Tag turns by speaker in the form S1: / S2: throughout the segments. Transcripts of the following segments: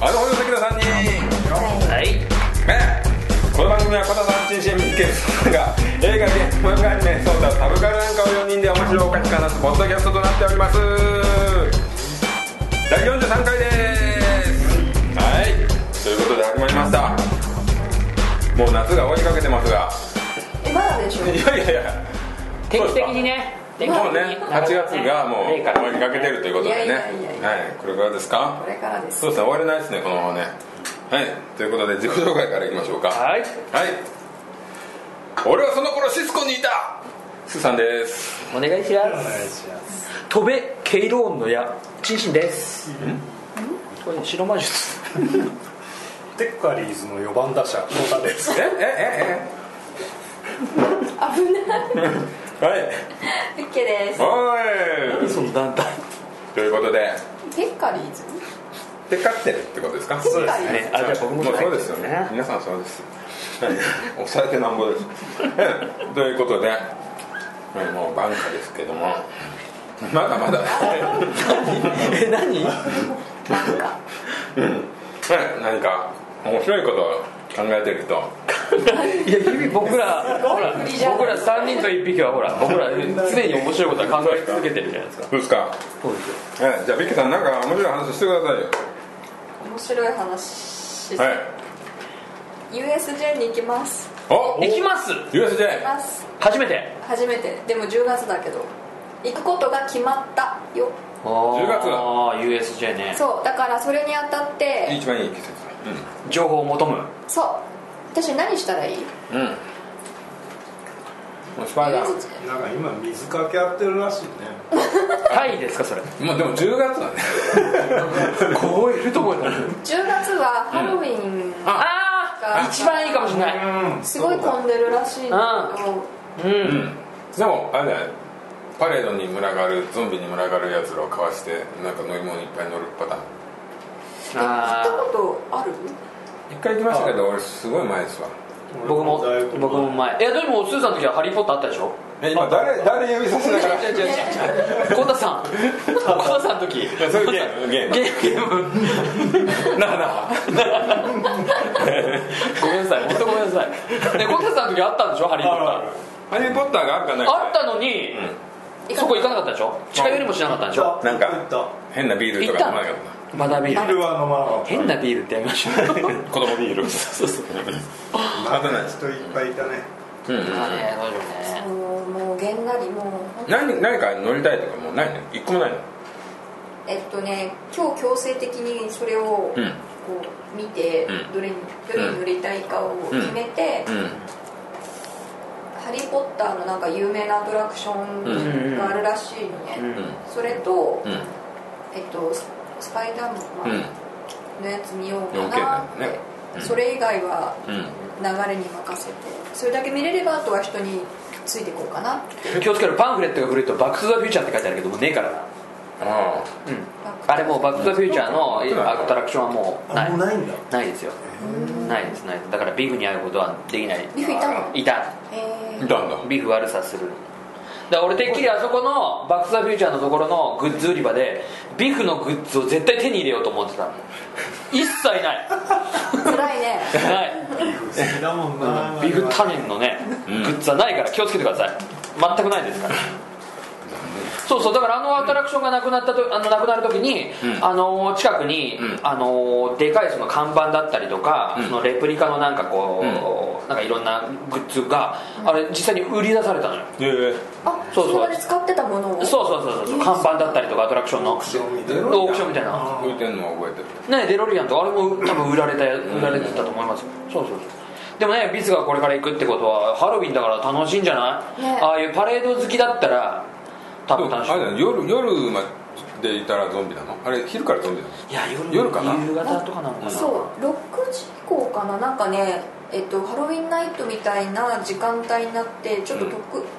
S1: あのほよさきらさんに
S2: はい
S1: ねこの番組は片さん中心にけるさんが映画で文化アニメソーダサブカルなんかを4人で面白おかしく話すポッドキャストとなっております第43回ですはいということで始まりましたもう夏が終わりかけてますが
S3: えまだでしょ
S1: いやいやいや
S2: 定期的にね定期的に
S1: もうね8月がもう
S2: ね
S1: 終わりかけてるということでね
S3: いやいやいや
S1: はいこれからですか
S3: これからです
S1: そうですね終われないですねこのままねはいということで自己紹介からいきましょうか
S2: はい
S1: はい俺はその頃シスコにいたスーさんです
S2: お願いします戸部ケイローンの矢チンシンですこれ白魔術
S4: テッカリーズの4番打者コータです
S1: えええ
S3: 危ない
S1: えはい
S3: オッケーです
S1: おーい
S2: その団体
S1: ということで
S3: テッカリーズ
S1: テカってるってことですか
S3: テッカリーズ
S2: ねあじゃあ僕も
S1: うそうですよね皆さんそうですはいおさえてなんぼですええということでえもう晩夏ですけどもまだ まだ
S2: え何
S3: なんか
S1: はい何か面白いことを考えてると
S2: いや日々僕らほら
S3: 振りじゃない
S2: 僕ら3人と1匹はほら僕ら常に面白いことは考え続けてるじゃないですか
S1: どうですか
S2: そうですよ
S1: ええじゃあビッキーさんなんか面白い話してくださいよ
S3: 面白い話、
S1: はい
S3: USJ に行きます
S1: お
S2: 行きます
S1: USJ
S3: 行きます
S2: 初めて
S3: 初めてでも10月だけど行くことが決まったよ
S2: 10
S1: 月
S2: ああ USJ ね
S3: そうだからそれに当たって
S1: 一番いい季節
S2: 情報を求む
S3: そう私何したらいい
S1: うん、うん、もうスパイダー
S3: USJ
S4: なんか今水かけ合ってるらしいね
S2: タイですか それ
S1: もうでも10月だね
S2: 凍える と思うよ
S3: 10月はハロウィン
S2: ああ一番いいかもしれない
S4: うん
S3: すごい混んでるらしいんだけど
S2: うん
S1: でもあれだよパレードに群がるゾンビに群がるやつらをかわしてなんか乗り物にいっぱい乗るパターン
S3: 行った
S2: あ
S3: ことある
S1: 一回行きましたけど俺すごい前ですわ
S2: ー僕も
S4: だいぶ
S2: 僕も前いやでもスーさんの時は「ハリー・ポッター」あったでしょ
S1: え今誰誰指さしな がら
S2: 違う違う違うコタさんコタさんの時
S1: そういうゲー ムゲーム
S2: ゲームなあなあごめんなさい本当ごめんなさいでコタさんの時あったんでしょ「ハリー・ポッター」
S1: ハリー・ポッターがあるかない
S2: あっ
S1: か
S2: たのに
S3: 行
S2: そこ行
S3: か
S2: かなかったでしょ近寄りもしなかったんでしょ
S1: なんか
S4: 行った
S1: 変なビール
S2: 行
S1: と
S2: っ
S1: か
S2: た
S1: 飲まなかっ
S2: まだビール
S4: 昼は飲まなかった
S2: 変なビールってやりましょう
S1: た子供ビール
S2: そうそうそう
S1: た
S4: まだ人いっぱいいたね
S1: うんうん
S2: まあね大丈夫ね
S3: もうもうげんなりもう本当
S1: 何
S3: に
S1: 何か乗りたいとかもうないの一個もないの
S3: えっとね今日強制的にそれをこ
S1: うん
S3: う見て、
S1: うん
S3: どれにどれに乗りたいかを決めて「
S1: うん
S3: ハリー・ポッター」のなんか有名なアトラクションがあるらしいのね、
S2: うん
S3: それと、
S1: うん
S3: えっとススパイダーマ
S1: うん
S3: ンのやつ見ようか
S1: 要件
S3: なっ
S1: だ
S3: て、
S1: よねうん
S3: それ以外は
S1: うん
S3: 流れに任せてそれだけ見れればあとは人についていこうかな
S2: 気をつけるパンフレットが古いと「バック・トゥ・ザ・フューチャー」って書いてあるけどもうねえからな
S1: あ
S2: うんあれもう「バック・トゥ・ザ・フューチャー」の
S1: うん
S2: アトラクションはもうな
S4: あ
S2: い
S4: もうないんだ
S2: ないですよないですないですだからビフに会うことはできない
S3: ビフいたの
S2: いた
S3: え
S1: あ
S3: ー
S1: いたんだ
S2: ビフ悪さするだから俺てっきりあそこの「バック・トゥ・ザ・フューチャー」のところのグッズ売り場でビフのグッズを絶対手に入れようと思ってたの一切ない
S3: 辛いね
S2: ない
S4: 好きだもんな
S2: ビフ他人のねグ
S1: うん
S2: ッズはないから気をつけてください全くないですからそうそうだからあのアトラクションがなくなったとあのなくなる時に、
S1: うん
S2: あのー近くに、
S1: うん
S2: あのーでかいその看板だったりとか、
S1: うん
S2: そのレプリカのなんかこう、なんかいろんなグッズがあれ実際に売り出されたのよ、
S1: ええ
S3: あ
S2: そうそう
S3: その場で使ってたものを
S2: そうそうそうそう看板だったりとかアトラクションのオークシ
S4: ョンみたいな
S2: ョンみたいな
S1: 浮いてんのは覚えてる
S2: ねデロリアンとかあれも多分売られた売られてたと思いますよそうそうそうでもねビスがこれから行くってことはハロウィンだから楽しいんじゃない、
S3: ね
S2: ああいうパレード好きだったら多
S1: で
S2: 分
S1: もあ
S2: 楽
S1: れ
S2: しい
S1: だよ夜夜までいたらゾンビなのあれ昼からゾンビなの
S2: いや夜
S1: 夜かな
S2: 夕方とかなのかな
S3: そう6時以降かななんかねえっとハロウィンナイトみたいな時間帯になってちょっと特,、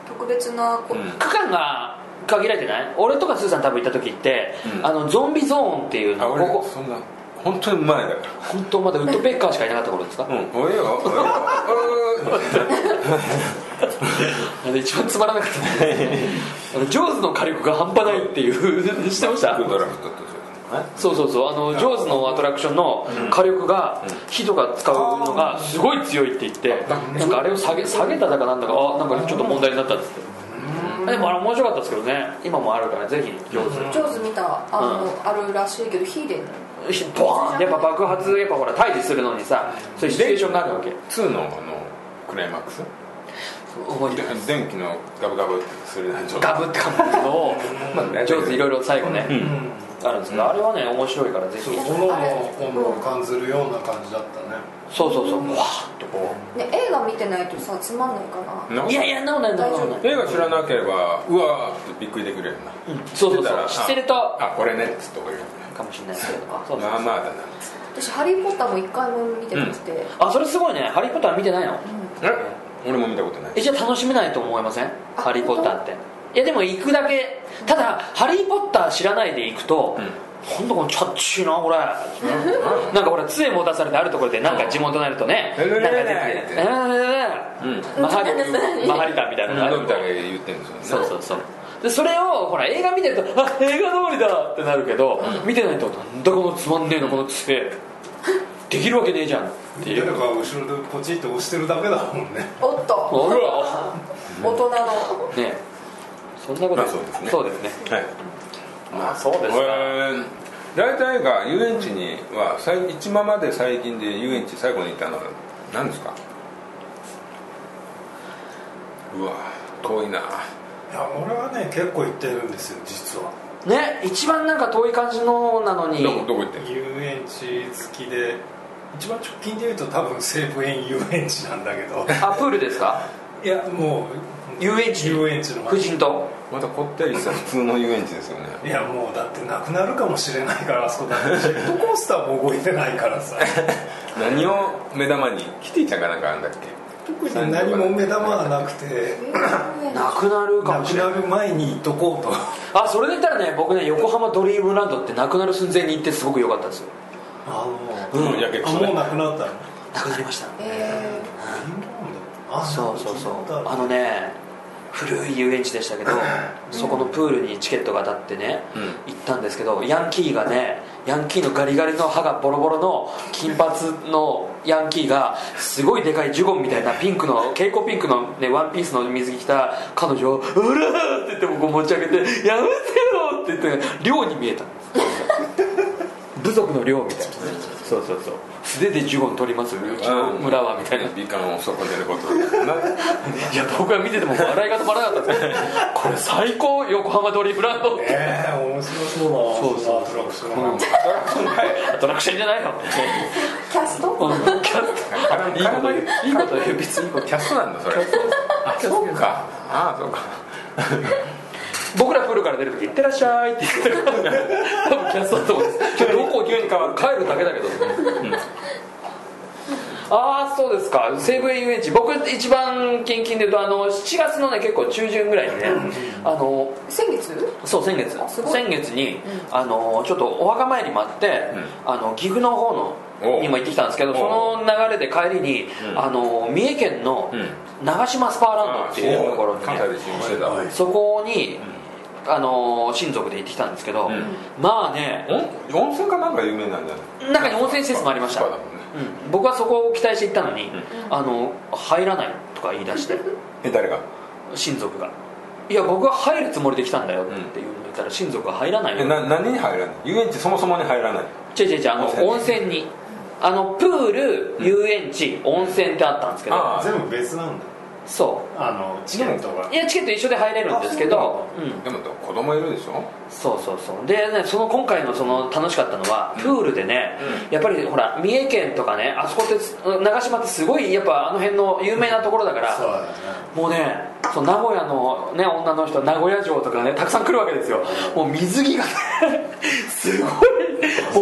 S3: 特別なこ、
S1: うん
S2: 区間が限られてない俺とかスーさん多分行った時って、
S1: うん
S2: あのゾンビゾーンっていう
S1: あ
S2: の
S1: 俺
S2: ここ
S1: そんな本当に前だか
S2: 本当まだウッドペッカーしかいなかった頃ですから
S1: うんおいよおいよ
S2: あれ一番つまらなかっ たねあのジョーズの火力が半端ないっていう 知ってました
S1: バックドラフトってそうですね
S2: そうそうそうあのジョーズのアトラクションの火力が火とか使うのがすごい強いって言ってなんかあれを下げ下げただかなんだかあなんかちょっと問題になったっつってでもあれ面白かったですけどね今もあるからぜひジョーズ
S3: 上手見たあの、あるらしいけど火でね
S2: ボーンってやっぱ爆発やっぱほら退治するのにさそういうシチュエーションがあるわけ
S1: 2のあのクライマックス
S2: 覚えてない
S1: で電気のガブガブってする状態
S2: ガブって感じの を上手いろいろ最後ね、
S1: うん
S2: あるんですけどあれはね面白いからぜひ
S4: そ
S2: そうう
S4: 炎の温度を感じるような感じだったね
S2: そうそうわーっとこ
S3: ね映画見てないとさつまんないかな
S1: なん
S2: う
S1: か
S2: いやいやなことないなことない
S1: 映画知らなければうわーってびっくりできるよな
S2: そうそう
S1: 知ってた
S2: そう
S1: ら
S2: 知ってると
S1: あこれねっつってこれま
S2: かもしれないですけどそうそうそう
S1: あまあだな
S3: 私「ハリー・ポッター」も一回も見てなくて、
S2: あそれすごいね「ハリー・ポッター」見てないの
S1: え俺も見たことない
S2: えじゃあ楽しめないと思いません「
S3: あ
S2: ハリー・ポッター」っていやでも行くだけただ「ハリー・ポッター」知らないで行くと、
S1: うん
S2: ほんとこのチャッチーなこれなんかほら杖持たされてあるところでなんか地元になるとね
S1: う
S2: なんんか出て
S1: う
S2: き
S1: ん
S2: て
S1: うん
S2: マハリマハリカみたいなのがある
S1: のび太が言ってるんですよね
S2: そうそうそうでそれをほら映画見てると「あ映画通りだ!」ってなるけど、見てないと「なんだこのつまんねえのこの 杖できるわけねえじゃん」ってい
S4: 誰か
S2: う
S4: が後ろでポチって押してるだけだもんね
S3: おっと
S2: ほら
S3: 大人の
S2: ねえそんなこと、
S1: まあそうですね
S2: そうですね
S1: はい
S2: まあそうですか
S1: 俺大体が遊園地には最一番まで最近で遊園地最後に行ったのは何ですかうわ遠いない
S4: や俺はね結構行ってるんですよ実は
S2: ね一番なんか遠い感じのなのに
S1: どこどこ行ってんの
S4: 遊園地好きで一番直近で言うと多分西武園遊園地なんだけど
S2: あプールですか
S4: いやもう
S2: 遊園地
S4: 遊園地の
S2: 夫人と
S1: またこってりした普通の遊園地ですよね
S4: いやもうだってなくなるかもしれないからあそこだってジェットコースターも動いてないからさ
S1: 何を目玉にキティちゃんかなんかあるんだっけ
S4: 特に何も目玉がなくて
S2: なくなるか
S4: な
S2: も
S4: く
S2: しれない
S4: なる前に行っとこうと
S2: あそれで言ったらね僕ね横浜ドリームランドってなくなる寸前に行ってすごく良かったですよ
S4: あの
S1: うんやけく
S4: あ
S1: そ
S4: もう
S1: ね
S4: なくなったの
S2: なくなりました
S3: え
S4: あ
S2: そうそうそう
S4: なんか
S2: あのね古い遊園地でしたけど、そこのプールにチケットが当たってね、行ったんですけどヤンキーがねヤンキーのガリガリの歯がボロボロの金髪のヤンキーがすごいでかいジュゴンみたいなピンクの蛍光ピンクの、ね、ワンピースの水着着た彼女を「うら!」って言って僕を持ち上げて「やめてよ!」って言って寮に見えたんです部族の寮みたいなそうそうそう素手でジュゴン取りますうちの村はみたいな
S1: 美観を損ねることだな
S2: いや僕は見てても笑いが止まらなかったですねこれ最高横浜ドリームランドって
S4: ええ面白そうだなそのアトラクション
S2: アトラクションじゃないの
S3: ー、キャスト
S2: このキャス
S1: 絡
S2: ト
S1: み
S2: いいこと
S1: 絡み
S2: 言ういいこと言う別にいいこと
S1: キャストなんだそれあそうかああそうか
S2: 僕らプールから出る時「いってらっしゃい」って言ってるから多分キャストだと思うんです今日どこ急にかは帰るだけだけど、ああそうですか西武園遊園地僕一番近々で言うとあの7月のね結構中旬ぐらいにね、あの
S3: 先月
S2: そう先月
S3: すごい
S2: 先月に、あのちょっとお墓参りもあって、あの岐阜の方
S1: お
S2: の
S1: う
S2: にも行ってきたんですけど
S1: おう
S2: その流れで帰りに、
S1: うん
S2: あの三重県の
S1: う
S2: 長島スパーランドっていうところに、
S1: 関西で
S2: ね、
S1: 使用してた
S4: はい
S2: そこに、あの親族で行ってきたんですけど、
S1: うん
S2: まあね
S1: 温温泉かなんか有名なんじゃない
S2: 中に温泉施設もありました
S1: そうだもんね
S2: うん、僕はそこを期待して行ったのに、あの入らないとか言い出 して
S1: え誰が
S2: 親族が「いや僕は入るつもりで来たんだよ」っていうのを言ったら親族が入らない
S1: え
S2: よ
S1: な何に入らない遊園地そもそもに入らない
S2: 違う違う違うあの温
S1: 温
S2: 泉にあのプール遊園地、温泉ってあったんですけど
S1: あ
S4: 全部別なんだ
S2: そ
S4: あのチケットが
S2: ういやチケット一緒で入れるんですけどうん
S1: でも子供いるでしょ
S2: そうそうそうでねその今回のその楽しかったのはプールでね、やっぱりほら三重県とかねあそこってす長島ってすごいやっぱあの辺の有名なところだから、
S4: そうだね
S2: もうねそう名古屋の、ね、女の人名古屋城とかねたくさん来るわけですよもう水着がね すごい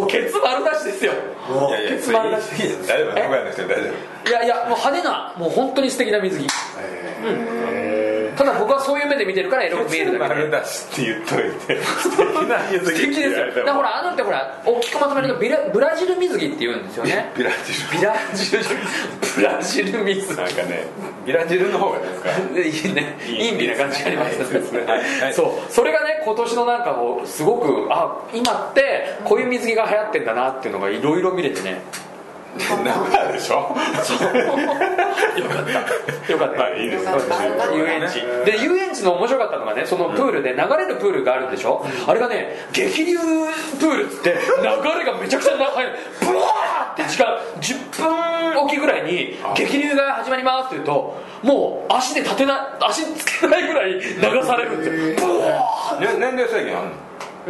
S2: もうケツ丸出しですよ
S1: いやいやそれ言い過ぎです大丈夫名古屋の人大丈夫
S2: いやいやもう派手なもう本当に素敵な水着
S4: え
S2: ただ僕はそういう目で見てるからエロく見えるだ け
S1: 丸
S2: で
S1: 出しって言っといて素敵な水着
S2: 素敵ですよだからほらあのってほら大きくまとめるとビラブラジル水着って言うんですよね
S1: ビラジル
S2: ビラジルブラジル水着
S1: なんかねビラ汁の方がですか
S2: でいいね、
S1: いい
S2: 陰微な感じがあります
S1: いいですねはいはい
S2: そうそれがね今年のなんかもうすごくあ今ってこういう水着が流行ってんだなっていうのがいろいろ見れてね
S1: 生でしょ
S2: よかった
S1: まあいいです
S3: よかった
S2: 遊園地で遊園地の面白かったのがねそのプールで流れるプールがあるんでしょ、あれがね激流プールっつって流れがめちゃくちゃ長いブワーって時間10分おきぐらいに激流が始まりますって言うともう足で立てな足つけないぐらい流されるんですよブワ
S1: ね年齢制限あるの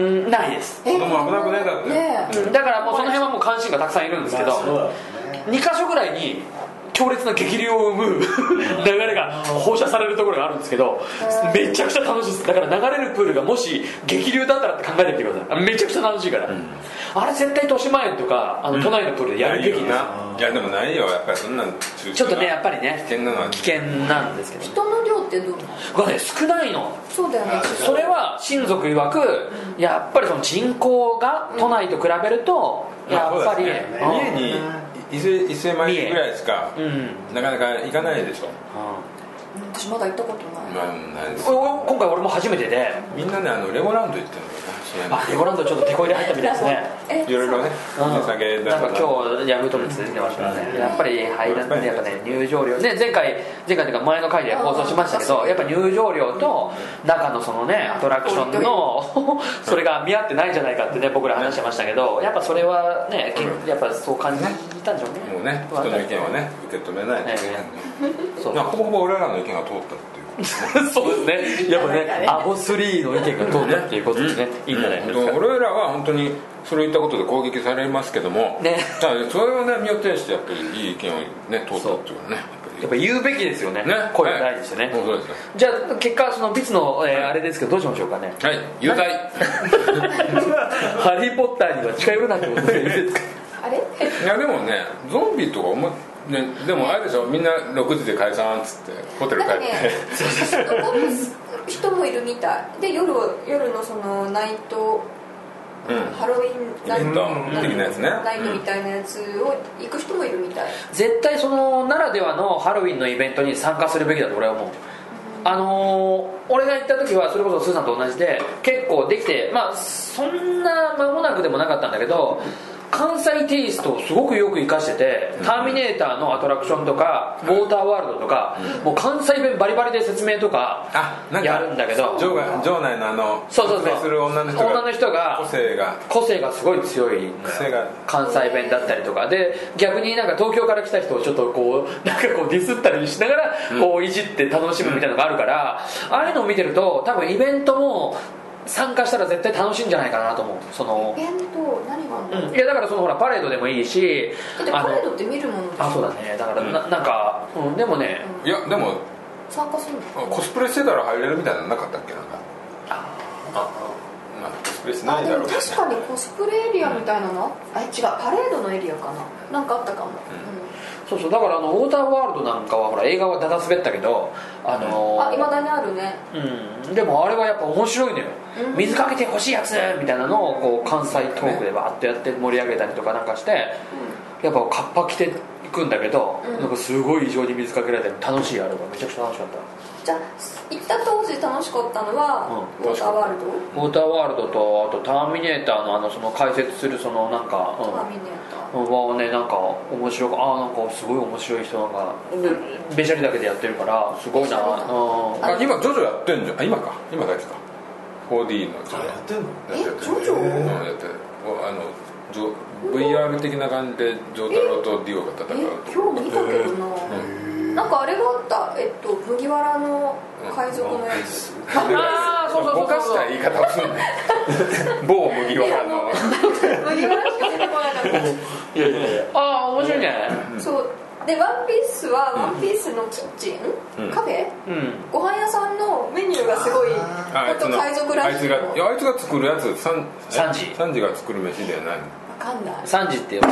S2: ー、うん、ないです
S1: 子供危なくねだって
S3: ね
S2: だからもうその辺はもう関心がたくさんいるんですけど、2箇所ぐらいに強烈な激流を生む 流れが放射されるところがあるんですけどめちゃくちゃ楽しいですだから流れるプールがもし激流だったらって考えてみてくださいめちゃくちゃ楽しいから、あれ絶対豊島園とかあの都内のプールでや
S1: や
S2: る
S1: る
S2: べ
S1: べ
S2: き
S1: き
S2: です
S1: ないやでもないよやっぱりそんなん中
S2: ちょっとねやっぱりね
S1: 危険なのは
S2: 危険なんですけど
S3: 人の量ってどうなの
S2: がね少ないの
S3: そうだよね
S2: それは親族曰くやっぱりその人口が都内と比べるとやっ
S1: まあ
S2: ぱり、
S1: そうですね家に伊勢伊勢参りぐらいしか
S2: うん、うん
S1: なかなか行かないでしょ
S3: 私まだ行ったことない
S1: まあないです
S2: お今回俺も初めてで
S1: みんなねあのレゴランド行ってるのよ
S2: あレゴランドちょっと手こ入れ入ったみたいですね
S3: え
S1: いろいろね
S2: うん
S1: お酒だ
S2: な
S1: と
S2: んか今日ヤフートピックス出てましたからねやっぱり入らやっぱね入場料ね前回前回というか前の回で放送しましたけどやっぱ入場料と中のそのねアトラクションのそれが見合ってないんじゃないかってね僕ら話してましたけどやっぱそれはねけんやっぱそう感じたんでしょうね
S1: もうね人の意見はね受け止めないといけない
S2: そう
S1: まあほぼほぼ俺らの意見が通ったっていう
S2: そうですねやっぱねアホ3の意見が通ったっていうことでねいいんじゃないですか
S1: うん俺らは本当にそれを言ったことで攻撃されますけども
S2: ね
S1: ただそれをね身を挺してやっぱりいい意見をね通ったっていうのはね
S2: やっぱ言うべきですよ
S1: や
S2: ね
S1: っぱりね
S2: 声が大事ですよね、
S1: はいそうですよ
S2: じゃあ結果そのビツの、えーあれですけどどうしましょうかね
S1: はい有罪
S2: ハリー・ポッターには近寄るなってことでいいですか
S3: あれ
S1: いやでもねゾンビとか思っね、でもあれでしょみんな6時で解散っつってホテル
S3: なん
S1: 帰っ
S3: か
S1: て、
S3: ね男の人もいるみたいで夜夜のそのナイト
S1: うん
S3: ハロウィンナ
S1: イ
S3: イ
S1: ベン
S3: ト
S1: ト的なやつね
S3: ナイトみたいなやつを行く人もいるみたい
S2: 絶対そのならではのハロウィンのイベントに参加するべきだと俺は思うあのー俺が行った時はそれこそスーさんと同じで結構できてまあそんな間もなくでもなかったんだけど関西テイストをすごくよく活かしてて「ターミネーター」のアトラクションとか「ウォーターワールド」とかもう関西弁バリバリで説明とか
S1: あなんか
S2: やるんだけど
S1: 場外場内のあの
S2: そうそうそう
S1: 発明する女の人が
S2: 女の人が
S1: 個性が
S2: 個性がすごい強い
S1: 癖が
S2: 関西弁だったりとかで逆になんか東京から来た人をちょっとこう なんかこうディスったりしながらこういじって楽しむみたいなのがあるから、ああいうのを見てると多分イベントも参加したら絶対楽しいんじゃないかなと思うその
S3: イ、ベント何があるの、
S2: うんいやだからそのほらパレードでもいいし
S3: で
S2: あ
S3: パレー
S2: の
S3: ドって見るものでしょ
S2: あそうだねだからな,、なんか、うん、でもね
S1: いやでも
S3: 参加するの
S1: コスプレしてたら入れるみたいなのなかったっけなんかまあコスプレしな
S3: あ
S1: い
S3: で
S1: だ
S3: も
S1: ろうけど
S3: 確かにコスプレエリアみたいなの、あ違うパレードのエリアかななんかあったかも、
S2: そうそうだからあのウォーターワールドなんかはほら映画はだだ滑ったけどあ
S3: う
S2: の
S3: んあいまだにあるね
S2: うん、でもあれはやっぱ面白いのよ、
S3: うん
S2: 水かけてほしいやつみたいなのをこう関西トークでバーッとやって盛り上げたりとかなんかしてやっぱカッパ着ていくんだけど、
S3: うん
S2: なんかすごい異常に水かけられて楽しいあれはめちゃくちゃ楽しかっ
S3: じゃあ行った当時楽しかったのは、
S1: うん
S3: ウォーターワールド
S2: たウォーターワールドとあと「ターミネーターの」あのその解説するそのなんか、うん
S3: ターミネーター
S2: はねなんか面白くああなんかすごい面白い人なんかでべしゃりだけでやってるからすごいな
S3: そうなんだ
S2: うん
S1: あ今ジョジョやってんじゃんあ今か今だけか 4D のジョジョ
S4: やってんの
S1: やってる
S3: えジョジョ
S1: うんやってるおあのジョ VR 的な感じでジョータロとディオが戦う
S3: え今日見たけどな、なんかあれがあったえっと麦わらの海賊のやつ、
S2: あーそうそうそうそう
S1: ぼかした言い方をするね某麦わらの
S3: 麦わらしか出てこなかった
S2: いやいやいやああ面白いね
S3: そうで「ワンピースは「ワンピースのキッチン、
S1: うん
S3: カフェ
S2: うん
S3: ご飯屋さんのメニューがすごい
S1: あ
S3: 本
S1: いつ
S3: 当
S1: の
S3: 海賊ら
S1: あい
S3: し
S1: つ
S3: い
S1: がい
S3: の
S1: やあいつが作るやつサン
S2: サンジ
S1: サンジが作る飯ではないの
S3: わかんない
S2: サンジっていう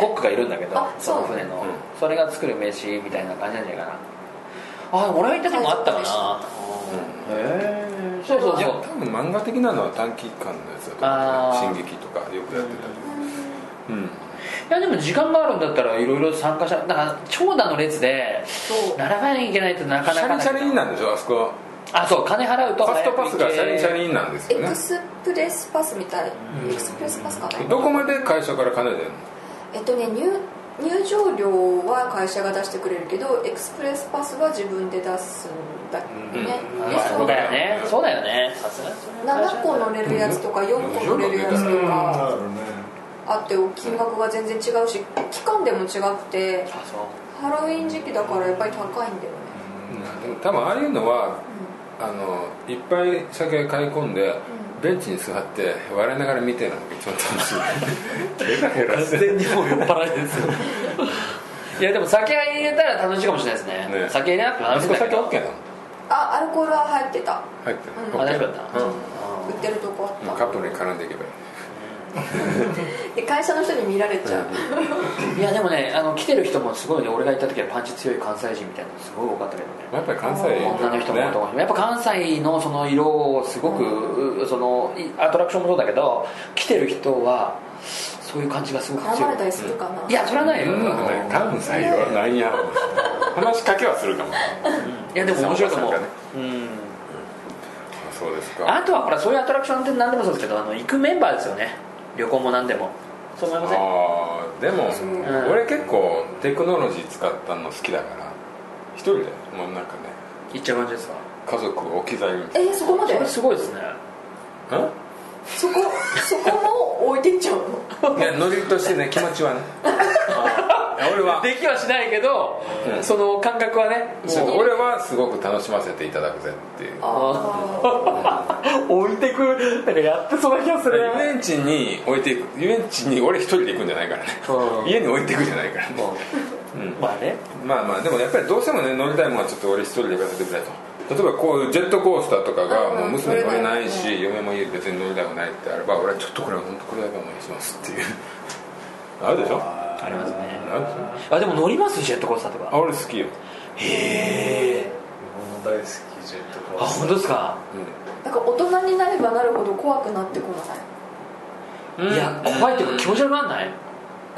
S2: コックがいるんだけど
S3: あ
S2: そ
S3: そう
S2: の船の、
S1: うん
S2: それが作る飯みたいな感じなんじゃないかなあ俺が行った時もあったかな
S1: へえ
S2: そうそうそう
S1: いや多分漫画的なのは短期間のやつだ
S2: あ
S1: と
S2: ー
S1: 思う進撃とかよくやってたりうん
S2: いやでも時間があるんだったらいろいろ参加者だから長蛇の列で
S3: そう
S2: 並ばなきゃいけないとな
S1: シ
S2: かな
S1: ャ
S2: か
S1: リシャリンなんでしょあそこ
S2: あそう金払うと
S1: ファス
S2: 早
S1: ト
S2: く
S1: パ
S2: 行
S1: ス
S2: け
S1: がシャリンシャリンなんです
S3: エ
S1: よね
S3: クスプレスパスみたいエクスプレスパスかな
S1: どこまで会社から金出るの
S3: えっとね入入場料は会社が出してくれるけどエクスプレスパスは自分で出すんだね、
S1: うん
S3: で
S2: まあ
S3: そ
S2: そううだよねそうだよねさすがにそれは
S3: 7個乗れるやつとか4個乗れるやつとかあって金額が全然違うし期間でも違くて
S2: あそう
S3: ハロウィン時期だからやっぱり高いんだよね
S1: うん多分ああいうのはあのいっぱい酒買い込んでベンチに座って笑いながら見てるのが一番楽しいヘラヘラして
S2: 全にもう酔っ払い ですよいやでも酒入れたら楽しいかもしれないですね
S1: ね
S2: 酒入れなくて も
S1: あ
S2: 楽しい
S1: そ
S2: ん
S1: こ酒
S2: だけど
S1: OK なの
S3: あアルコールは入ってた
S1: 入ってる
S3: うん
S1: OK
S2: あ大丈夫だった
S1: うん
S3: 売ってるとこあ
S1: も
S3: っ
S1: うカップルに絡んでいけばいい
S3: たで会社の人に見られちゃう、
S2: いやでもねあの来てる人もすごいね俺が行った時はパンチ強い関西人みたいなのすごい多かったけどね
S1: やっぱり関西だよね
S2: 女の人も男の人もやっぱ関西のその色をすごくそのいアトラクションもそうだけど来てる人はそういう感じがすごく
S3: 絡
S2: 強
S3: ま
S2: い
S3: れたりするかな、
S2: いやそれはないよ、
S1: うん関西はなんや話しかけはするかも
S2: いやでも面白いと思う、
S1: そうか
S2: うん
S1: そうですか
S2: あとはほらそういうアトラクションって何でもそうですけどあの行くメンバーですよね旅行も何でもそう思いません
S1: あーでも、
S2: ん
S1: 俺結構テクノロジー使ったの好きだから一人でもうなんかね
S2: 行っちゃう感じですか
S1: 家族を置き去りみたい
S3: えーそこま
S2: そ
S3: で
S2: れすごいですね
S1: な、ん
S3: そこそこも置いてっちゃうの
S1: いやノリとしてね気持ちはねあ ー俺は
S2: できはしないけど、
S1: うん
S2: その感覚はね
S1: そう俺はすごく楽しませていただくぜっていう
S3: あ
S2: 置いてくなんかやってそうな気がす
S1: 遊
S2: るね
S1: 園地に置いていく遊園地に俺一人で行くんじゃないからね
S2: うん
S1: 家に置いていくじゃないからね
S2: うんまあね
S1: まあまあでもやっぱりどうしてもね乗りたいものはちょっと俺一人で行かせてくれと例えばこういうジェットコースターとかが
S3: うん
S1: も
S3: う
S1: うん娘乗れない
S3: 乗れ
S1: し嫁も家で別に乗りたくないってあれば俺はちょっとこれは本当これだけお願いしますっていうあるでしょあ
S2: ありますね
S1: るでしょ
S2: あでも乗りますジェットコースターと
S1: あ
S2: か
S1: 俺好きよ、
S2: へえ
S4: 僕も大好きジェットコ
S2: あ
S4: ースタ
S2: 本
S4: ー
S2: 当ですか、
S1: う
S3: ーなんか大人になればなるほど怖くなってこ
S1: ん、
S2: いや怖いっていうか気持ち悪くなんな
S3: な
S2: い
S3: い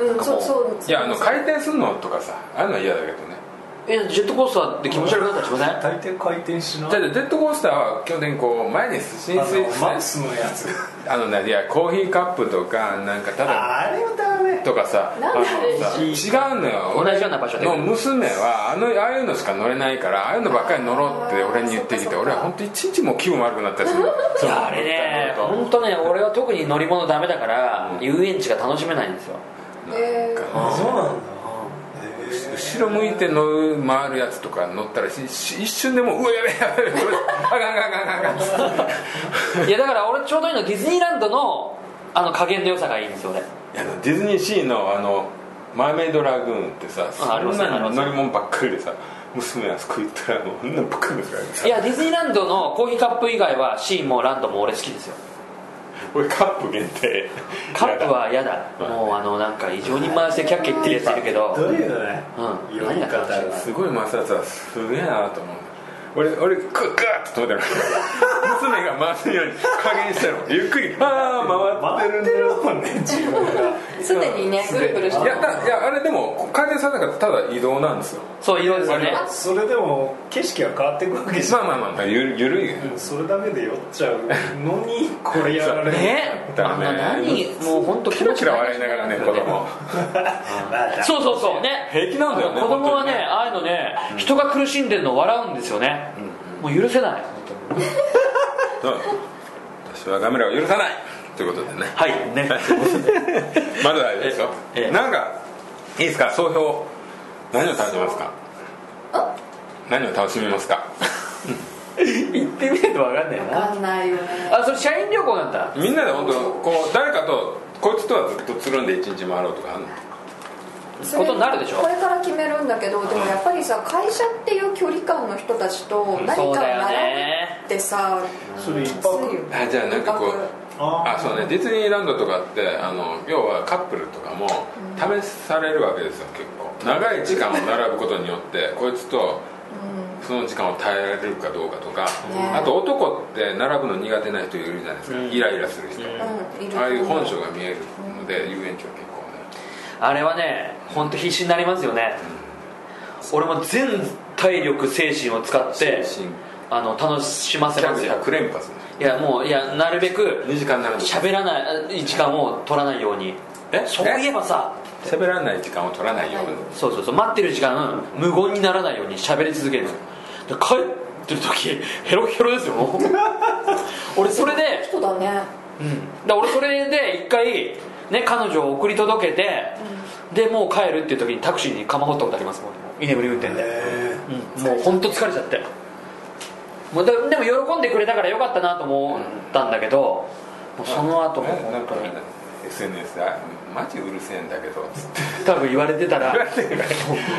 S3: うん
S2: なんか
S3: そ
S2: もう
S3: うそう
S1: いやあの回転すんのとかさああいうのは嫌だけどね
S2: えジェットコースターって気持ち悪くなったりしません
S4: 大抵回転しない
S1: じゃあジェットコースターは基本的にこう前に進
S4: あ
S1: 水
S4: のマウスのやつ
S1: あのねいやコーヒーカップとかなんかただ
S4: あれはダメ
S1: とかさ
S3: なんであれ
S1: あのさ違うのよ俺
S2: 同じような場所で
S1: の娘はあのああいうのしか乗れないからああいうのばっかり乗ろうって俺に言ってき
S3: あー
S1: て
S3: そっかそっか
S1: 俺は本当一日も気分悪くなったりする
S2: いやあれね本当ね俺は特に乗り物ダメだから、遊園地が楽しめないんですよ
S3: え
S4: あそうなんだ
S1: 後ろ向いて乗る回るやつとか乗ったらしし一瞬でもううわやべえやべえこれあかんあかんあかんあかんあかん
S2: いやだから俺ちょうどいいのディズニーランドのあの加減の良さがいいんですよ俺
S1: いやディズニーシーのあのマーメイドラグーンってさそ
S2: あありま
S1: ん
S2: すね
S1: なの乗り物ばっかりでさ娘はそこ行ったらもうそんなのばっかりですからね
S2: いやディズニーランドのコーヒーカップ以外はシーンもランドも俺好きですよ
S1: 俺カップ限定
S2: カップは嫌だもうあのなんか異常に回してキャッキャ言ってるやついるけど
S4: どういうのね
S2: うん
S4: 読み方が
S1: すごい摩擦はすげえなと思う俺俺クックッと止めてる娘が回すように加減してるゆっくりああ回ってる
S4: 回ってるもんね自分が
S3: すでにねぐるぐるし
S1: い
S3: て
S1: やだいやあれでも回転されなかったらただ移動なんですよ
S2: そう色ですよね
S4: それでも景色は変わっていくわけじゃん
S1: まあまあまあまあゆゆるいよね
S4: それだけで酔っちゃうのにこれやられる
S2: ね
S1: だ
S2: あ
S1: から
S2: ん
S1: ね
S2: な何もう本当気
S1: キ
S2: 持
S1: ラ
S2: ち
S1: キラ笑いながらね子 供
S4: そ
S2: そうそうそうね
S1: 平気なんだよね
S2: 子供
S1: 本当
S2: はね
S1: にね
S2: ああいうのね、人が苦しんでるの笑うんですよね、もう許せない
S1: うん私はガメラを許さないということでね
S2: はい ね
S1: まだ大丈夫ですよ、
S2: ええ
S1: なんかいいですか総評何を楽しみますか
S3: あ
S1: 何を楽しみますか
S2: 言ってみないと分かんない
S3: わかんないよね
S2: あそれ社員旅行なんだ
S1: みんなで本当こう誰かとこいつとはずっとつるんで一日回ろうとかあんの
S3: そ
S2: ことになるでしょ
S3: これから決めるんだけどでもやっぱりさ会社っていう距離感の人たちと何か
S2: そ
S3: を
S2: うだよ
S3: 習
S2: ね
S3: うってさ
S4: れ一
S3: きついよ
S4: 泊
S1: あじゃあなんかこうあそうねディズニーランドとかってあの要はカップルとかも試されるわけですよ結構長い時間を並ぶことによってこいつとその時間を耐えられるかどうかとか、
S3: ね
S1: あと男って並ぶの苦手な人いるじゃないですか、
S2: うん
S1: イライラする人、
S2: うん
S3: うんいると
S1: あ
S3: 思
S1: あいう本性が見えるので、遊園地は結構ね
S2: あれはね本当必死になりますよね俺も全体力精神を使って
S1: 心
S2: あの楽しませ
S1: キャ
S2: ま
S1: ン
S2: す
S1: セ
S2: よ
S1: ル100連発です
S2: いやもういやなるべく
S1: 2時間並んで
S2: 喋らない時間を取らないように
S1: え
S2: そういえばさ
S1: 喋らない時間を取らないように
S2: そうそうそう待ってる時間無言にならないように喋り続けるんですよで帰ってる時ヘロヘロですよも う俺それで
S3: そうだね
S2: うん、だから俺それで一回、ね、彼女を送り届けて、でもう帰るっていう時にタクシーにかまほったことありますもん居眠り運転で、
S4: え
S2: うん、もう本当疲れちゃってもうだでも喜んでくれたからよかったなと思ったんだけど、もうその後も
S1: ねなん
S2: 本
S1: か
S2: 当に
S1: SNS で「マジうるせえんだけど」つって
S2: 多分言われてたら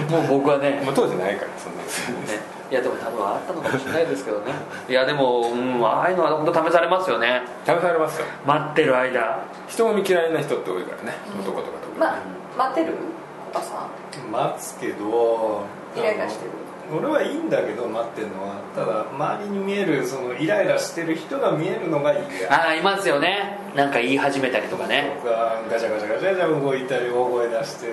S2: もう僕はね
S1: もう当時ないからそんな SNS
S2: ねいやでも多分あったのかもしれないですけどねいやでも、うん、ああいうのは本当試されますよね
S1: 試されますよ
S2: 待ってる間
S1: 人も見嫌いな人って多いからね男とか特に、
S3: ま待ってるおばさ
S4: 待つけど
S3: んイライラしてる
S4: あの俺はいいんだけど待ってるのはただ周りに見えるそのイライラしてる人が見えるのがいいや
S2: ああいますよねなんか言い始めたりとかね
S4: 僕がガチャガチャガチャガチャ動いたり大声出して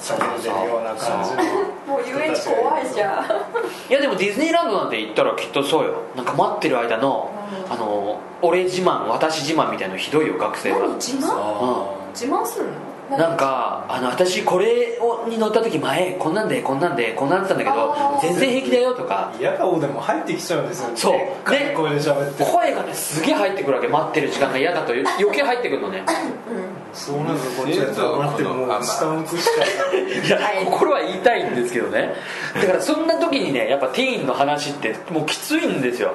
S4: 叫んでるような感じの
S3: もう遊園地怖いじゃん
S2: いやでもディズニーランドなんて行ったらきっとそうよなんか待ってる間の、
S3: うん
S2: あの俺自慢私自慢みたいのひどいよ学生は
S3: 何自慢
S4: あ
S3: 自慢すんの
S2: なんかあの私これをに乗った時前こんなんでこんなんでこんなんだったんだけど
S3: あー
S2: 全然平気だよとか
S4: ー嫌顔でも入ってきちゃうんですよ
S2: そう
S4: でっかい声で喋って
S2: 声がねすげえ入ってくるわけ待ってる時間が嫌だと余計入ってくるのね
S4: そうなんですよこっちは黙ってもう下向くしか
S2: いや心は言いたいんですけどねだからそんな時にねやっぱティーンの話ってもうきついんですよ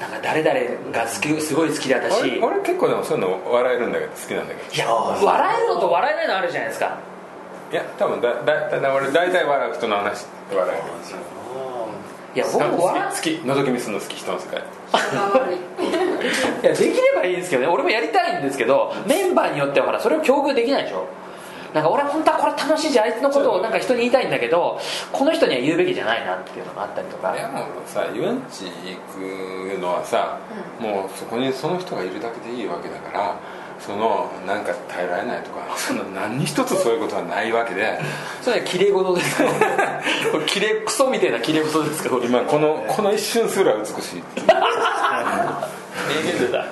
S2: なんか誰々が好きすごい好きで私
S1: 俺俺結構でもそういうの笑えるんだけど好きなんだけど
S2: いや笑えるのと笑えないのあるじゃないですか
S1: いや多分だだだだ俺大体笑う人の話って笑える
S2: いや僕も笑
S1: 好き好き覗き見するの好き人の世界
S3: 口が 悪い
S2: いやできればいいんですけどね俺もやりたいんですけどメンバーによってはほらそれを境遇できないでしょなんか俺は本当はこれ楽しいじゃんあいつのことをなんか人に言いたいんだけどこの人には言うべきじゃないなっていうのがあったりとか
S1: いやもうさ遊園地行くのはさ、もうそこにその人がいるだけでいいわけだからそのなんか耐えられないとか その何一つそういうことはないわけで
S2: それは綺麗事ですかこれ 綺麗クソみたいな綺麗事ですか俺
S1: 今このこの一瞬すら美しい
S2: 名言出た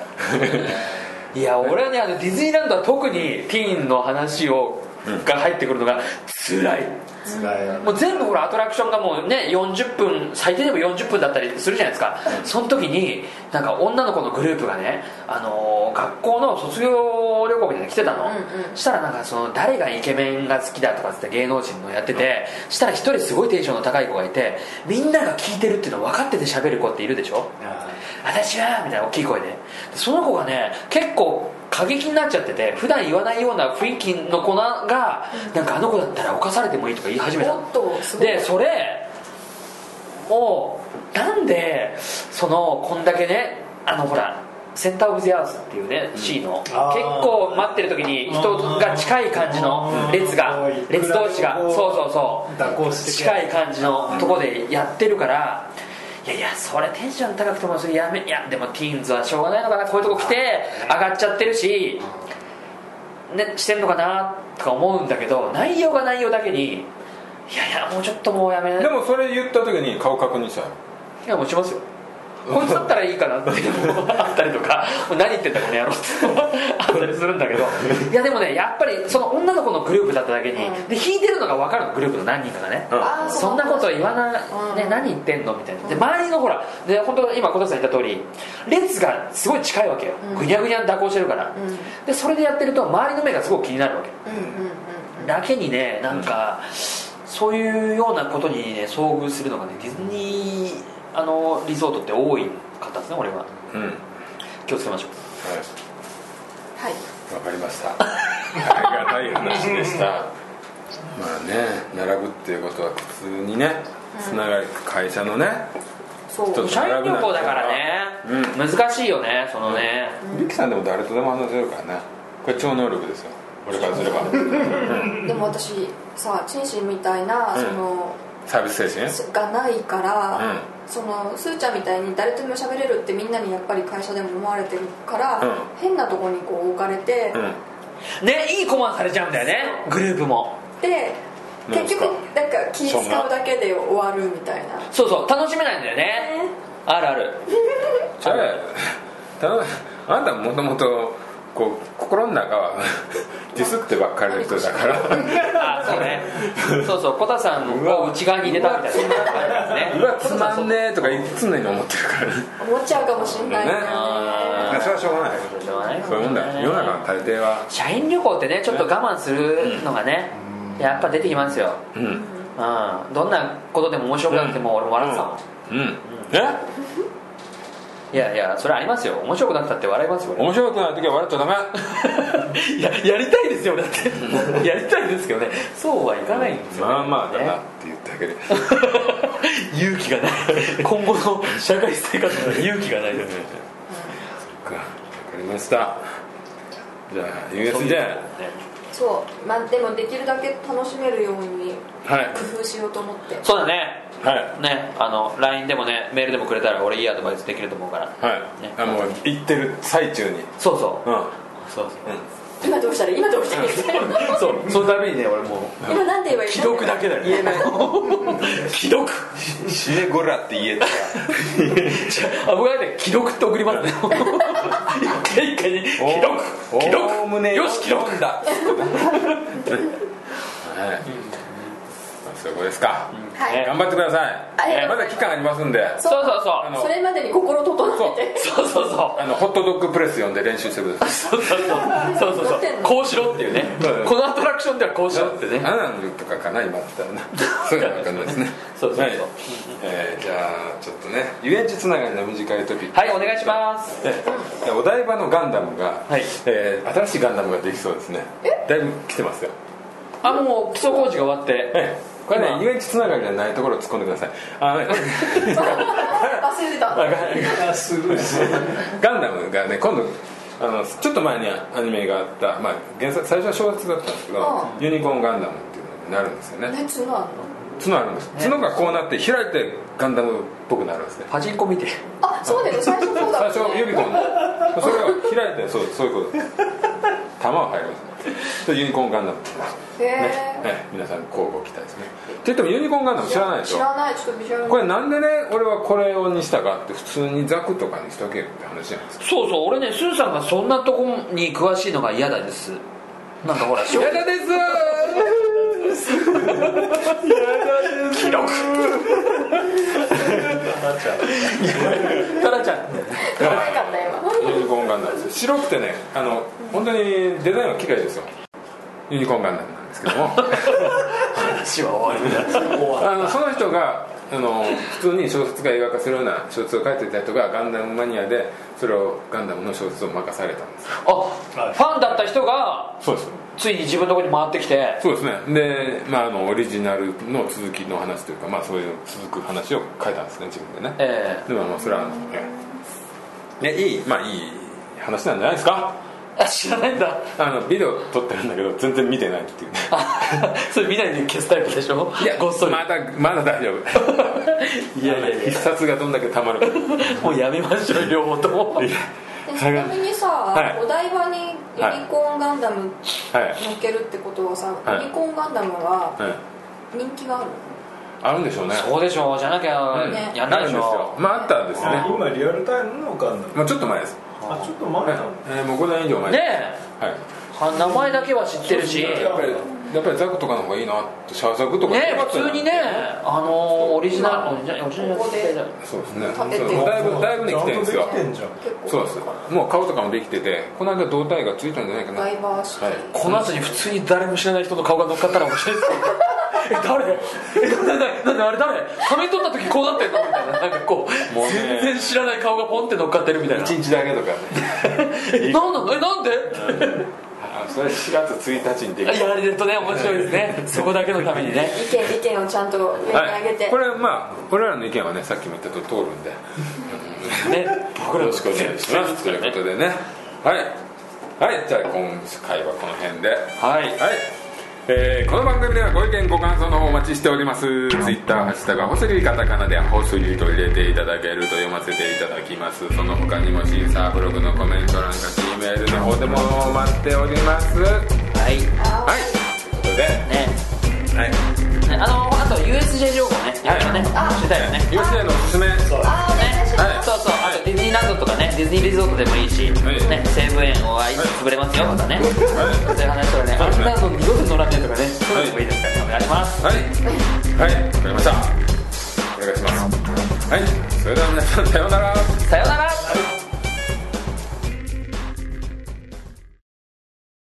S2: いや俺はねあのディズニーランドは特にティーンの話をが入ってくるのが辛い
S4: つらいよ
S2: もう全部ほらアトラクションがもうね40分最低でも40分だったりするじゃないですか、その時になんか女の子のグループがね、あのー学校の卒業旅行みたいなの来てたの、
S3: うんうん
S2: したらなんかその誰がイケメンが好きだとかっつって芸能人のやってて、したら一人すごいテンションの高い子がいてみんなが聞いてるっていうの分かってて喋る子っているでしょ私はみたいな大きい声ででその子がね結構過激になっちゃってて普段言わないような雰囲気の子なが、なんかあの子だったら犯されてもいいとか言い始めたの
S3: おっとすごい
S2: でそれをなんでそのこんだけねあのほらセンター・オブ・ゼ・アースっていうね、C の結
S4: あー
S2: 構待ってる時に人が近い感じの
S4: うん
S2: 列が
S4: うん
S2: 列同士が
S4: う
S2: そうんそうそう
S4: 蛇行して
S2: 近い感じのとこでやってるから、いやいやそれテンション高くてもそれやめいやでもティーンズはしょうがないのかなこういうとこ来て上がっちゃってるし、ね、してんのかなとか思うんだけど内容が内容だけにいやいやもうちょっともうやめない
S1: でもそれ言った時に顔確認したの
S2: いやもうしますよこいつだったらいいかなっていうのも あったりとかもう何言ってんだこの野郎って あったりするんだけどいやでもねやっぱりその女の子のグループだっただけに
S3: うん
S2: で弾いてるのが分かるのグループの何人かがね
S3: あー
S2: そんなこと言わ
S3: う
S2: ない、
S3: ん
S2: ね、何言ってんのみたいなで
S3: うん
S2: 周りのほらで本当今小田さん言った通り列がすごい近いわけよ
S3: うん
S2: ぐにゃぐにゃに蛇行してるから
S3: うん
S2: でそれでやってると周りの目がすごく気になるわけ
S3: うんうんうん
S2: だけにねなんか、そういうようなことにね遭遇するのがねディズニーあのリゾートって多い方ですね俺は
S1: うんはい
S2: 気をつけましょう
S3: はい
S1: わかりましたありがたい話でしたまあね並ぶっていうことは普通にねつながる会社のね
S3: そう
S1: ちょっと
S2: 社員旅行だからね、難しいよねそのね、
S1: リキさんでも誰とでも話せるからねこれ超能力ですよ俺からすれば、うん
S3: でも私さチンシンみたいな
S1: うん
S3: その、
S1: サービス精神
S3: すがないから、
S1: うん
S3: そのすーちゃんみたいに誰とでも喋れるってみんなにやっぱり会社でも思われてるから、
S1: うん
S3: 変なとこにこう置かれて、
S1: うん
S2: ねいいコマンされちゃうんだよねグループも
S3: で
S1: なん
S3: 結
S1: す
S3: 局
S1: か
S3: なんか気使うだけで終わるみたいな
S2: そうそう楽しめないんだよねあるある
S1: じゃあただあんたもともとこう心の中は ディスってばっかりの人だから
S2: あそうねそうそうコタさんを内側に入れたみたいなね
S1: うわつまんねえとか常に思ってるからね
S3: 思っちゃうかもしんないんだよね
S2: あ
S1: それはしょうがない
S2: ーしょうがないか
S1: そういうもんだよ世の中の大抵は
S2: 社員旅行ってねちょっと我慢するのがね、やっぱ出てきますよ、
S1: うん
S2: うん、どんなことでも面白くなくても俺も笑ってたもん、
S1: うんえ
S2: いやいやそれありますよ面白くなったって笑いますよ俺
S1: 面白くない時は笑っちゃダメ
S2: ややりたいですよだってやりたいですけどねそうはいかないんですよ、ね
S1: まあまあだ
S2: ね
S1: なって言っただけで
S2: 勇気がない今後の社会生活の勇気がないですね
S1: かわかりましたじゃあ USJ
S3: そう、まあ、でもできるだけ楽しめるように
S1: はい
S3: 工夫しようと思って
S2: そうだね
S1: は
S2: ねあの LINE でもねメールでもくれたら俺いいアドバイスできると思うから
S1: いはい、
S2: ね
S1: あもう行ってる最中に
S2: そうそう、
S1: うん
S2: そう
S3: 今どうしたらいい今どうしたらいいみたいな
S2: そうそうそのためにね俺もう
S3: 今なんて言えばいい
S2: 既読だけだよ言えない 既読
S1: 死ねゴラって言えたら
S2: あ僕はね既読って送りますね一回一回ね既読
S1: お
S2: 既
S1: おおむね
S2: 読よし既読
S1: だはい、まあ、そういうことですか、
S3: はい、
S2: ね
S1: 頑張ってください、
S3: ありがと
S1: ま
S3: うございます
S1: だ期間ありますんで
S3: そ
S2: そうそう
S1: あ
S2: そ
S1: の
S3: それまでに心整えて
S2: うそうそうそう
S1: あのホットドッグプレス読んで練習してくださ
S2: そうそうそうそうそうそうこうしろっていうね
S1: そう
S2: このアトラクションではこうしろっ
S1: い
S2: てね
S1: アナルとかかな今だった らなそういうのわかんないですね
S2: そうそうそう
S1: はいえーじゃあちょっとね遊園地つながりの短いトピック
S2: はいお願いします
S1: ええお台場のガンダムが、
S2: はい
S1: えー新しいガンダムができそうですねだいぶ来てますよ
S2: あもう基礎工事が終わって
S1: ええこれ
S2: まあ
S1: ね遊園地つながりじゃないところを突っ込んでくださいあのね
S3: 忘れてた
S4: あすごいです
S1: ガンダムがね今度あのちょっと前にアニメがあった、まあ、原作最初は小説だったんですけど
S3: う
S1: ユニコーンガンダムっていうのになるんですよね
S3: え角あんの
S1: 角あるんです角がこうなって開いてガンダムっぽくなるんですね
S2: パチンコ見て
S3: あそうだよね最初そうだ
S1: 最
S3: もん
S1: 初
S3: ね
S1: 予備校のそれが開いてそうそういうことです弾は入りますそれユニコーンガンダムって言います
S3: へ
S1: ね
S3: え、
S1: ええ皆さん交互期待ですねって言ってもユニコーンガンダム知らないでし
S3: 知
S1: ょ
S3: らないちょっとビジュアル
S1: これなんでね俺はこれをにしたかって普通にザクとかにしとけよって話じゃないですか
S2: そうそう俺ねスーさんがそんなとこに詳しいのが嫌だですなんかほ ら
S1: 嫌だです
S2: 記録タラちゃん
S3: 可愛かった今
S1: ユニコーンガンダムです白くてねあの本当にデザインは綺麗ですよユニコーンガンダムなんですけども
S2: 話は終わりだ
S1: あのその人があの普通に小説が映画化するような小説を書いてた人がガンダムマニアでそれをガンダムの小説を任されたんですよ
S2: あファンだった人が
S1: そうです
S2: ついに自分のとこに回ってきて
S1: そうですねで、まあ、あのオリジナルの続きの話というか、まあ、そういう続く話を書いたんですね自分でね
S2: え
S1: でもまあそれはねねいいまあいい話なんじゃないですか
S2: えあ知らないんだ
S1: あのビデオ撮ってるんだけど全然見てないっていうね
S2: あそれ見ないで消すタイプでしょごっそり、
S1: まだまだ大丈夫
S2: いやいやい
S1: 必
S2: や
S1: 殺がどんだけたまるか
S2: もうやめましょう両方とも
S3: えちなみにさ、
S1: はい
S3: お台場にユニコーンガンダム
S1: はい、
S3: 乗っけるってことはさ、
S1: はい
S3: ユニコーンガンダムは
S1: はい、
S3: 人気があるの、
S1: あるんでしょうね
S2: そうでしょうじゃなきゃ、
S1: うん
S2: やん
S1: あ
S2: ない
S1: るん
S2: で
S1: です
S2: しょ
S1: よまああったんですね
S4: 今リアルタイムのガンダム
S1: もうちょっと前です、
S4: あちょっと前
S1: は
S4: ないの
S1: えーもう5年以上前
S2: ね
S1: です、
S2: え
S1: はい、
S2: あ名前だけは知ってるし
S1: やっぱりやっぱりザクとかの方がいいなってシャーザクとか
S2: ね
S1: 良かっ
S2: 普
S1: たな
S2: 通にねあのーオリジナルオリジナルオリジナル
S3: ここで
S1: そうですね
S3: 立てて
S1: そうだいぶだいぶね
S4: ちゃ
S1: 来
S4: ん
S1: てるんで
S4: とですき
S1: よ
S4: てんじゃん
S3: 結構
S1: そうですもう顔とかもできててこの間胴体がついたんじゃないかな
S3: ダイバーシティ、
S1: はい
S2: この後に普通に誰も知らない人の顔が乗っかったら面白いですえ誰えななななあれ誰仮面取った時こうなってんのみたいななんかこう
S1: もうね
S2: 全然知らない顔がポンって乗っかってるみたいな
S1: 1日だけとかね
S2: えなんなのえなんで
S1: あそれ4月1日にできた
S2: やられるとね面白いですねそこだけのためにね
S3: 意見意見をちゃんと上に
S1: は
S3: 上げて、
S1: い、これまあ俺らの意見はねさっきも言ったと通るんで
S2: ね僕
S1: よ
S2: ら
S1: ろしくお願いしますということでねはいはいじゃあ今回はこの辺では
S5: はい
S1: い、えーこの番組ではご意見ご感想の方お待ちしておりますツイッターハッシュタグはホスリーカタカナでホスリーと入れていただけると読ませていただきますその他にもシーサーブログのコメント欄か G メールの方でも待っておりますはい
S5: はいね
S1: ということで、はい、
S5: ねあのあと USJ 情報ねやっぱね
S3: あ
S5: してたよね
S1: 吉田のおすすめ
S3: あーお願いし
S1: はい
S3: ます
S5: そうそう、あとディズニーランドとかね、ディズニーリゾートでもいいし、
S1: はい
S5: ね、西武園はいつ潰れますよ、またね、そういう話とかね、
S1: そう
S5: あ
S1: ですね
S5: んなの二度と乗らねえとかね、そういうのもいいですからね、お願いします。
S1: はい、はい、わかりました。お願いします。はい、それでは皆さん、さようなら。
S5: さようなら